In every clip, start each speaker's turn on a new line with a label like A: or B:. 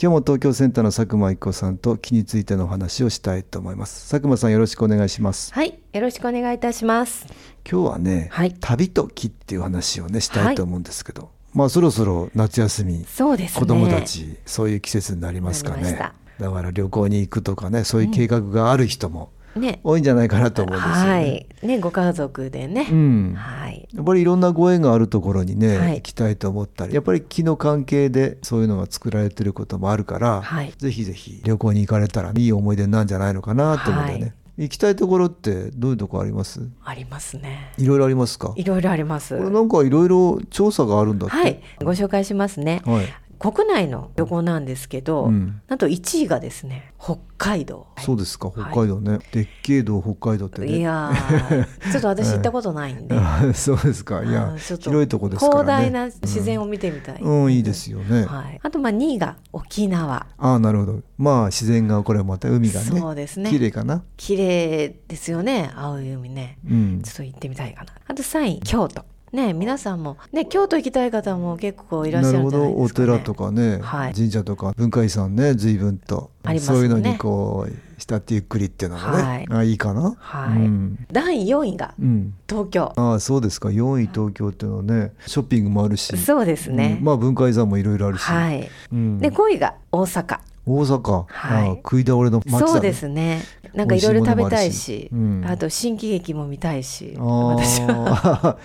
A: 今日も東京センターの佐久間一子さんと気についてのお話をしたいと思います佐久間さんよろしくお願いします
B: はい、よろしくお願いいたします。
A: 今日はね、
B: はい
A: 旅と木っていう話をねしたいと思うんですけど、まあそろそろ夏休み、
B: そうですね。
A: 子供たちそういう季節になりますか
B: なり
A: ね
B: ました
A: だから旅行に行くとかねそういう計画がある人も
B: ね、
A: 多いんじゃないかなと思うんですよね。
B: はい、ね、ご家族でね
A: う、ん、
B: はい、
A: やっぱりいろんなご縁があるところにね、
B: はい
A: 行きたいと思ったりやっぱり木の関係でそういうのが作られてることもあるから、
B: はい
A: ぜひぜひ旅行に行かれたらいい思い出なんじゃないのかなと思うんだよね、
B: はい
A: 行きたいところってどういうとこあります
B: ありますね。
A: いろいろありますかこ
B: いろいろあります。
A: れなんかいろいろ調査があるんだって
B: はい、ご紹介しますね。
A: はい
B: 国内の旅行なんですけど、
A: うん
B: なんと1位がですね、北海道。
A: そうですか北
B: はい
A: 海道ね、でっけえ道北海道って
B: い
A: ね
B: や ー、ちょっと私行ったことないんで。
A: そうですかいや
B: あーちょっ
A: 広いとこですからね
B: 広大な自然を見てみたい。
A: うんいいですよね、
B: はい。あとまあ2位が沖縄。
A: ああなるほどまあ自然がこれまた海がね
B: そうですね
A: 綺麗かな
B: 綺麗ですよね、青い海ね。
A: うん
B: ちょっと行ってみたいかな。あと3位、京都。ね、皆さんも、ね、京都行きたい方も結構いらっしゃるんじゃないですか、ね。
A: るほどお寺とかね、
B: はい
A: 神社とか文化遺産ね随分と
B: あります
A: そ
B: よね
A: ういうのにこう浸ってゆっくりっていうのがね、
B: はい
A: あいいかな、
B: はい
A: うん、
B: 第4位が
A: うん
B: 東京。
A: ああそうですか4位東京っていうのはねショッピングもあるし
B: そうですね。
A: うんまあ文化遺産もいろいろあるし、
B: はい。
A: うん
B: で、5位が大阪。
A: 大阪、
B: はい
A: ああ食い倒れの街だ、ね、
B: そうですね。なんかいろいろ食べた
A: 美
B: いし、
A: 味しいものもあるしうん
B: あと新喜劇も見たいし、
A: あ
B: 私は。
A: あ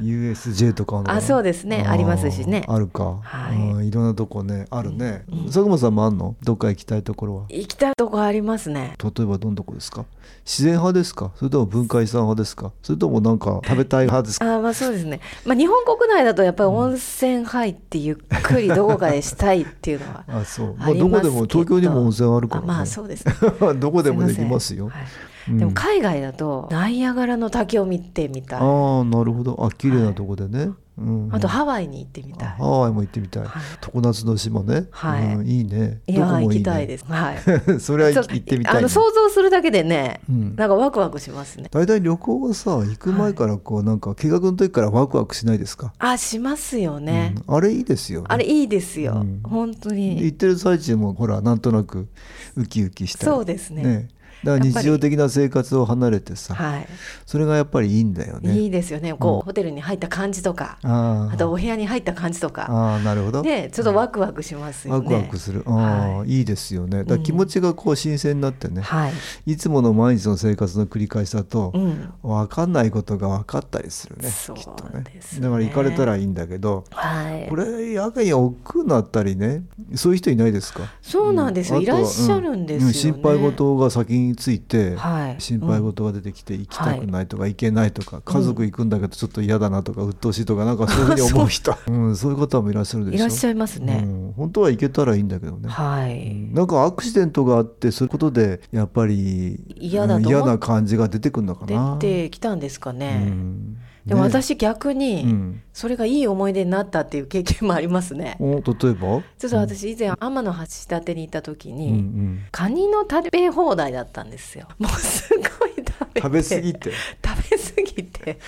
A: USJ とかの
B: あそうですね
A: ー
B: ありますしね
A: あるか、
B: はい
A: うんいろんなとこねあるね、佐久間さんもあんのどっか行きたいところは
B: 行きたいとこありますね。
A: 例えばどんなとこですか自然派ですかそれとも文化遺産派ですかそれともなんか食べたい派です
B: あ
A: か。
B: ーまあそうですね。まあ日本国内だとやっぱり温泉入ってゆっくりどこかでしたいっていうのは
A: あそう ま
B: あ
A: あ
B: り
A: ど
B: ま
A: こ
B: すけ
A: で
B: ど
A: も東京にも温泉あるから、
B: あ
A: ね、
B: まあそうですね。
A: どこでもできますよ
B: いま
A: う
B: せんはい
A: ん
B: でも海外だとナイアガラの滝を見てみたいあ
A: ああなるほどあ綺麗なとこでね、うん、
B: とハワイに行ってみたい
A: ハワイも行ってみたい、
B: はい
A: 常夏の島ね、
B: はい
A: うんいいね
B: い
A: ど
B: や
A: こ
B: ー
A: も
B: 行
A: いいね
B: きたいですはい
A: それは
B: そう
A: 行ってみたい、ね、
B: あの想像するだけでね、
A: うん
B: なんかワクワクしますね
A: 大体旅行はさ行く前からこうなんか計画の時からワクワクしないですか、
B: あしますよね、
A: うんあれいいですよね
B: あれいいですよ、
A: うん
B: 本当
A: で行
B: に
A: ってる最中もほらなんとなくウキウキしたり
B: そうですね
A: だから
B: やっぱ
A: 日
B: り
A: 常的な生活を離れてさ、
B: はい、
A: それがやっぱりいいんだよね
B: いいですよねこう、ホテルに入った感じとかあ
A: あー
B: とお部屋に入った感じとか
A: あーなるほど、
B: ねちょっとワクワクしますよ
A: ワ
B: ね
A: クワクするあー、、
B: はい
A: いですよねだから気持ちがこう新鮮になってね、
B: はい、
A: いつもの毎日の生活の繰り返しだと、
B: うん
A: 分かんないことが分かったりするね
B: そう
A: きっとね
B: ですね
A: だから行かれたらいいんだけど
B: はい、
A: これやけに億劫になったりねそういう人いないですか
B: そうなんですよ、
A: あ
B: い
A: とは
B: らっしゃるんですよね、
A: う心配事が先について、
B: はい
A: 心配事が出てきて行きたくないとか行けないとか、家族行くんだけどちょっと嫌だなとか鬱陶しいとかなんかそういうふうに思う人 うん、そういう方もいらっしゃるでしょ
B: いらっしゃいますね
A: うん、本当は行けたらいいんだけどね、
B: はい、
A: なんかアクシデントがあってそういうことでやっぱり
B: 嫌だと思っ
A: うん嫌な感じが出てくるのかな
B: 出てきたんですかね、
A: うん
B: でも
A: ね
B: 私逆
A: う
B: に
A: ん、
B: それがいい思い出になったっていう経験もありますね、
A: お例えば
B: ちょっと私以前天橋立に行った時
A: う
B: に、
A: んうん
B: カニの食べ放題だったんですよ もうすごい食べて
A: 食べ 過ぎて
B: 食べ過ぎて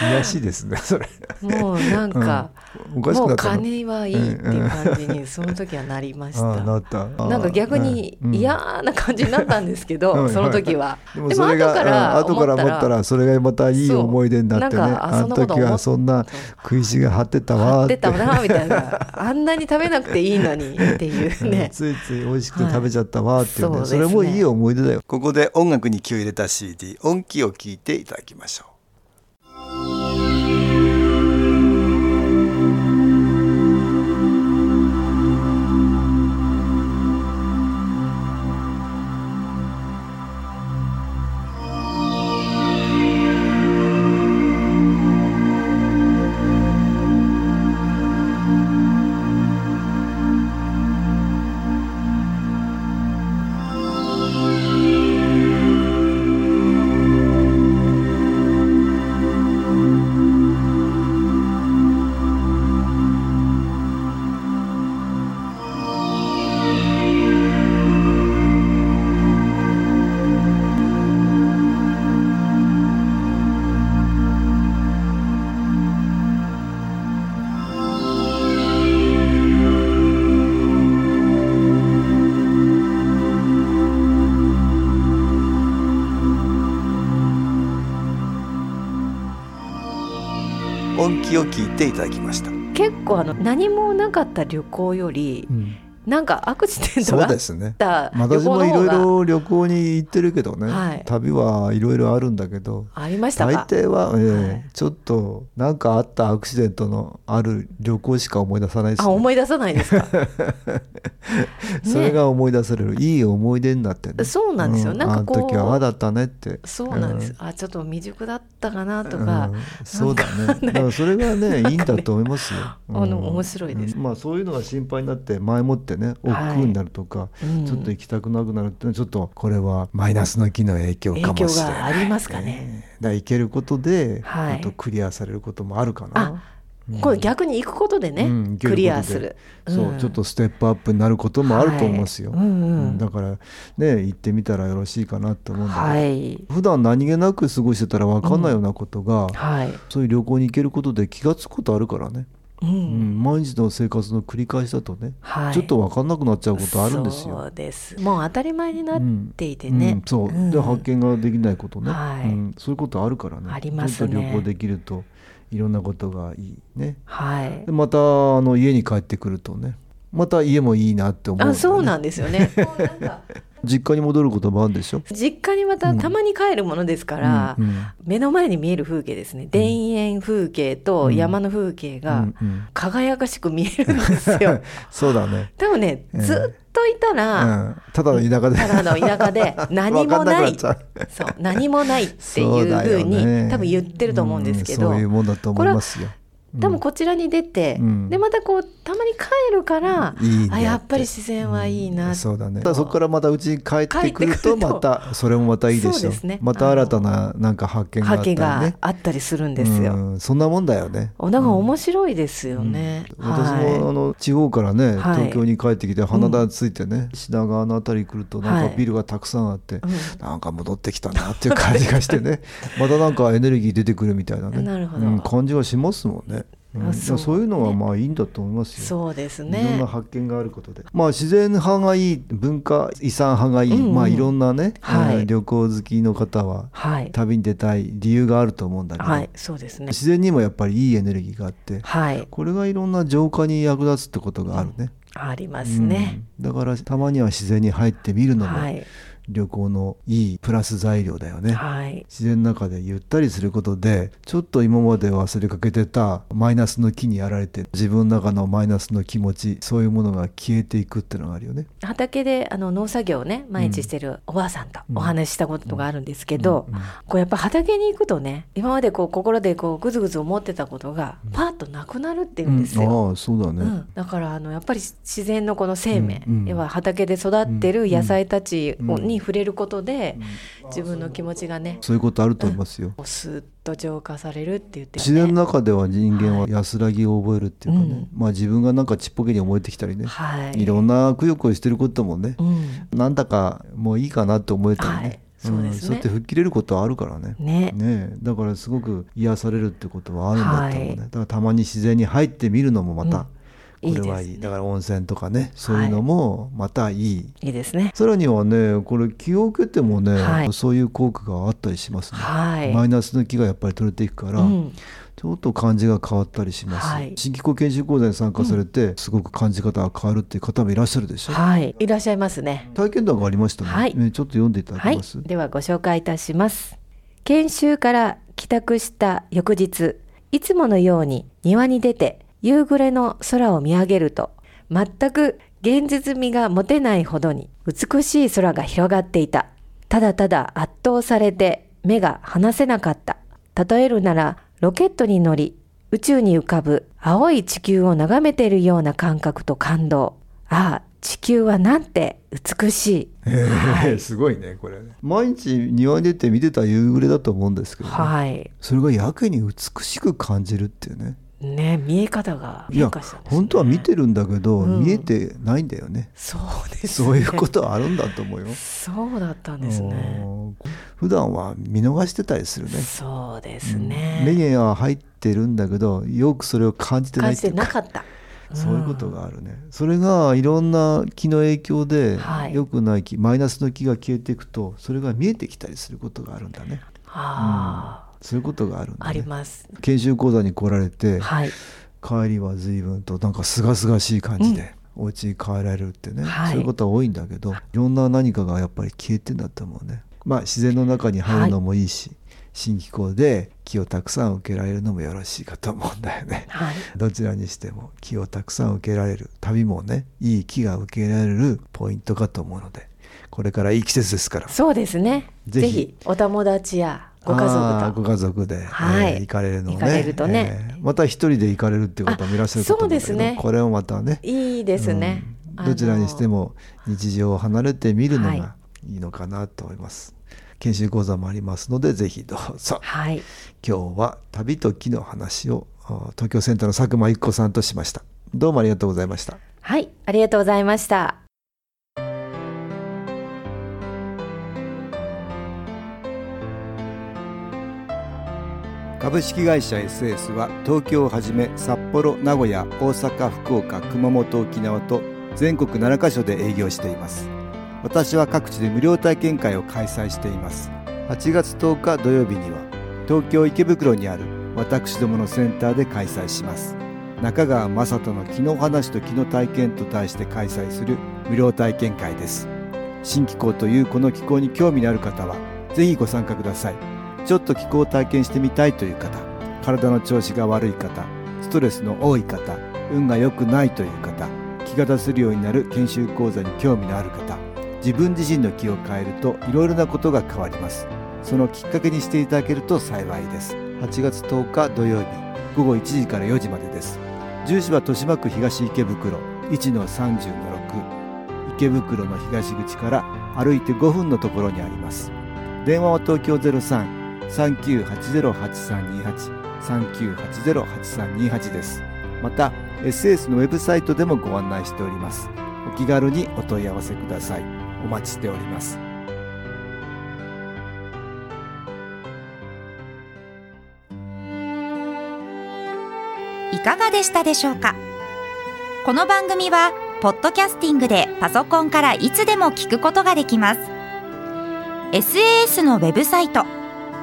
A: 癒しいですねそれ
B: もうなんか、
A: おかし
B: も
A: くな
B: う
A: った
B: カ
A: の
B: ニはいいっていう感じにその時はなりまし
A: ああ
B: た
A: なったああ
B: なんか逆に
A: うん
B: 嫌な感じになったんですけ
A: うん
B: ど、
A: はい
B: その時は。
A: でもそれがうん後から思ったらそれがまたいい思い出になってね
B: そうなんかあ
A: あの時
B: そんなこと思
A: は
B: っ
A: そんな食いしが張ってたわー
B: 買
A: っ。
B: っててたなみたいな、あんなに食べなくていいのにっていうね
A: ついつい美味しくて食べちゃったわーっていうね,、
B: はい
A: そ
B: そう
A: れ
B: ですね
A: もいい思い出だよここで音楽に気を入れた CD 音気を聞いていただきましょう
C: 本気を聞いていただきました、うん
B: 結構あの何もなかった旅行よりなんかアクシデント
A: そう
B: があっ
A: ですね
B: た旅
A: 私
B: 行
A: もいろ
B: の方
A: い
B: が
A: ろ旅行に行ってるけどね、
B: はい
A: 旅はいろいろあるんだけど
B: ありました
A: 大
B: か
A: 抵は、ええ
B: はい
A: ちょっとなんかあったアクシデントのある旅行しか思い出さないです、
B: あ
A: ね、
B: 思い出さないで すか
A: それが思い出されるいい思い出になってね
B: そうなんですよなんかこう
A: あの時はああだったねって
B: そうなんです
A: ん
B: あちょっと未熟だったかなと
A: うん
B: か
A: そうだ
B: な
A: ね
B: んか
A: だからそれがねいいんだと思いますよ、
B: あの面白いです
A: うんまあそういうのが心配になって前もってね億劫になるとか、
B: うん
A: ちょっと行きたくなくなるっていうのはちょっとこれはマイナスの気の影響
B: 影
A: かも
B: 響
A: しれ
B: が
A: な
B: あ
A: い。
B: りますかね
A: だから行けることで、
B: はい
A: あとクリアされることもあるかな
B: あ。これ逆に行くことでね、
A: うん行けることで
B: クリアする
A: そう、
B: ん
A: ちょっとステップアップになることもあると思いますよ。
B: はいうんうん
A: だからね行ってみたらよろしいかなと思うんだけど、
B: はい
A: 普段何気なく過ごしてたら分かんないようなことが、
B: はい、
A: そういう旅行に行けることで気が付くことあるからね、
B: うん
A: うん毎日の生活の繰り返しだとね、
B: はい
A: ちょっと分かんなくなっちゃうことあるんです
B: そ
A: よ。
B: うですもう当たり前になっていてね、
A: うんそう、
B: ん
A: で発見ができないことね、
B: はい
A: うんそういうことあるからね
B: ありますね
A: ちょっと旅行できるといろんなことがいいね
B: はい
A: でまたあの家に帰ってくるとねまた家もいいなって思う、ね、
B: あそうなんんですよねもうなんか
A: 実家に戻ることもあるんでしょ
B: 実家にまたたまに帰るものですから、
A: うんうん
B: 目の前に見える風景ですね田園風景と山の風景
A: う
B: が
A: んうん
B: 輝かしく見えるんですよ、
A: そうだね、
B: でもね
A: ええ
B: ずっといた
A: う
B: ら、
A: ん、ただの田舎で
B: ただの田 舎で何も
A: わかんなく
B: ない
A: なっちゃう
B: そう何もないってい
A: そう
B: う
A: だ
B: 風
A: よ
B: に
A: ね
B: 多分言ってると思うんですけど、
A: うんそういうもんだと思いますよ
B: 多分こちらに出て、
A: うん
B: でまたこうたまに帰るから、
A: いいね
B: あやっぱり自然はいいな、
A: そうだねただそこからまたうちに帰ってくると
B: 帰ってくると
A: またそれもまたいいで
B: そう
A: しょ
B: ですね
A: また新たななんか発見があった
B: 波形
A: り
B: が
A: ね
B: あったりするんですよ。
A: うんそんなもんだよね
B: おなんか面白いですよね。
A: 私もあ
B: は
A: の地方からね、
B: はい
A: 東京に帰ってきて花田ついてね、品川のあたり来るとなん
B: は
A: か
B: い
A: ビルがたくさんあって、なんか戻ってきたなっていう感じがして ねまたなんかエネルギー出てくるみたいなね
B: なるほど
A: うん感じがしますもんね、うん
B: あ
A: そ
B: そうう
A: いうのがまあいいんだと思います
B: い、
A: よ。
B: そうです
A: いろんな
B: ね。
A: 発見があることで、まあ、自然派がいい文化遺産派がいい、
B: うんうん
A: まあ、いろんなね、
B: は
A: え
B: い
A: ー旅行好きの方は
B: はい
A: 旅に出たい理由があると思うんだけど、
B: はいそうですね。
A: 自然にもやっぱりいいエネルギーがあって、
B: はい
A: これがいろんな浄化に役立つってことがあるね。
B: ありますね。
A: うんだからたまには自然に入ってみるの
B: は
A: も
B: い
A: 旅行のいいプラス材料だよね。
B: はい
A: 自然の中でゆったりすることでちょっと今まで忘れかけてたマイナスの気にやられて自分の中のマイナスの気持ちそういうものが消えていくってのがあるよね。
B: 畑であの農作業をね毎日してるおばあさんとお話ししたことがあるんですけど、こうやっぱ畑に行くとね今までこう心でこうぐずぐず思ってたことがパッとなくなるっていうんですよ。
A: ああそうだね。
B: うん、だからあのやっぱり自然のこの生命、
A: うんうん
B: 要は畑で育ってる野菜たちを、
A: うん
B: に触れることで、自分の気持ちがね
A: そういうことあると思いますよ。
B: こうスーッと浄化されるって言って、ね、
A: 自然の中では人間は安らぎを覚えるっていうかね、まあ自分がなんかちっぽけに思えてきたりね、
B: はい
A: い、ろんなくよくよしてることもね
B: う、ん、
A: なんだかもういいかなって思えたりね、
B: はいそうですね
A: んそうやって吹っ切れることはあるからね
B: ね
A: えだからすごく癒されるってことはあるんだと思うね、
B: はい
A: だからたまに自然に入ってみるのもまた、
B: うん
A: これはいい
B: いいですね
A: だから温泉とかねそういうのもまたいい、
B: いいですね
A: さらにはねこれ気を受けてもね、
B: はい
A: そういう効果があったりしますね、
B: はい
A: マイナスの気がやっぱり取れていくから、
B: うん
A: ちょっと感じが変わったりします、
B: はい
A: 新機構研修講座に参加されて、すごく感じ方が変わるっていう方もいらっしゃるでしょ
B: はいいらっしゃいますね
A: 体験談がありましたね、
B: はい
A: ねちょっと読んでいただ
B: は
A: け
B: い
A: ます、、
B: ではご紹介いたします研修から帰宅した翌日いつものように庭に出て夕暮れの空を見上げると全く現実味が持てないほどに美しい空が広がっていたただただ圧倒されて目が離せなかった例えるならロケットに乗り宇宙に浮かぶ青い地球を眺めているような感覚と感動ああ地球はなんて美しい、はい
A: すごいねこれ毎日庭に出て見てた夕暮れだと思うんですけどね、
B: はい。
A: それがやけに美しく感じるっていうね
B: ね、見え方が
A: いや
B: 変化したんです、ね。
A: 本当は見てるんだけど、
B: うん
A: 見えてないんだよね
B: そうです、ね。
A: そういうことはあるんだと思うよ
B: そうだったんですね。
A: うん普段は見逃してたりするね
B: そうです
A: 目
B: ね。
A: には入ってるんだけどよくそれを感じてないっ
B: 感じ
A: てい
B: て
A: うか
B: なかった。
A: そういうことがあるね、それがいろんな気の影響で
B: はい
A: 良くない気マイナスの気が消えていくとそれが見えてきたりすることがあるんだね
B: ああ、
D: そういうことがあるんだ、ね、
B: あります。
D: 研修講座に来られて、
B: はい。
D: 帰りは随分となんか清々しい感じで、お家に帰られるってね、
B: はい
D: そういうことは多いんだけどいろんな何かがやっぱり消えてんだと思うね。まあ自然の中に入るのもいいし、新機構で気をたくさん受けられるのもよろしいかと思うんだよね。
B: はい。
D: どちらにしても気をたくさん受けられる旅もねいい気が受けられるポイントかと思うのでこれからいい季節ですから
B: そうですね。
D: ぜ
B: ぜ
D: ひ
B: ひお友達やご家
D: あー
B: 族と
D: ご。家族で、
B: はい
D: えー行かれるのね
B: 行かれるとね
D: えーまた一人で行かれるっていう方もいらっしゃるかと思うんだけど
B: あそうですね
D: これをまたね
B: いいですね。
D: うんどちらにして
B: も。
D: も日常を離れてみるの
B: はい
D: がいいのかなと思います、研修講座もありますのでぜひどうぞ
B: はい。
D: 今日は旅と木の話をあ東京センターの佐久間一子さんとしましたどうもありがとうございました
B: はい。ありがとうございました。
A: 株式会社 SS は東京をはじめ札幌名古屋大阪福岡熊本沖縄と全国7カ所で営業しています私は各地で無料体験会を開催しています8月10日土曜日には東京池袋にある私どものセンターで開催します中川雅人の気の話と気の体験と題して開催する無料体験会です新機構というこの機構に興味のある方はぜひご参加くださいちょっと気候を体験してみたいという方体の調子が悪い方ストレスの多い方運が良くないという方気が出せるようになる研修講座に興味のある方自分自身の気を変えるといろいろなことが変わりますそのきっかけにしていただけると幸いです8月10日土曜日午後1時から4時までです住所は豊島区東池袋1-30-6池袋の東口から歩いて5分のところにあります電話は東京03三九八ゼロ八三二八三九八ゼロ八三二八です。また SS のウェブサイトでもご案内しております。お気軽にお問い合わせください。お待ちしております。
E: いかがでしたでしょうかこの番組はポッドキャスティングでパソコンからいつでも聞くことができます SAS のウェブサイト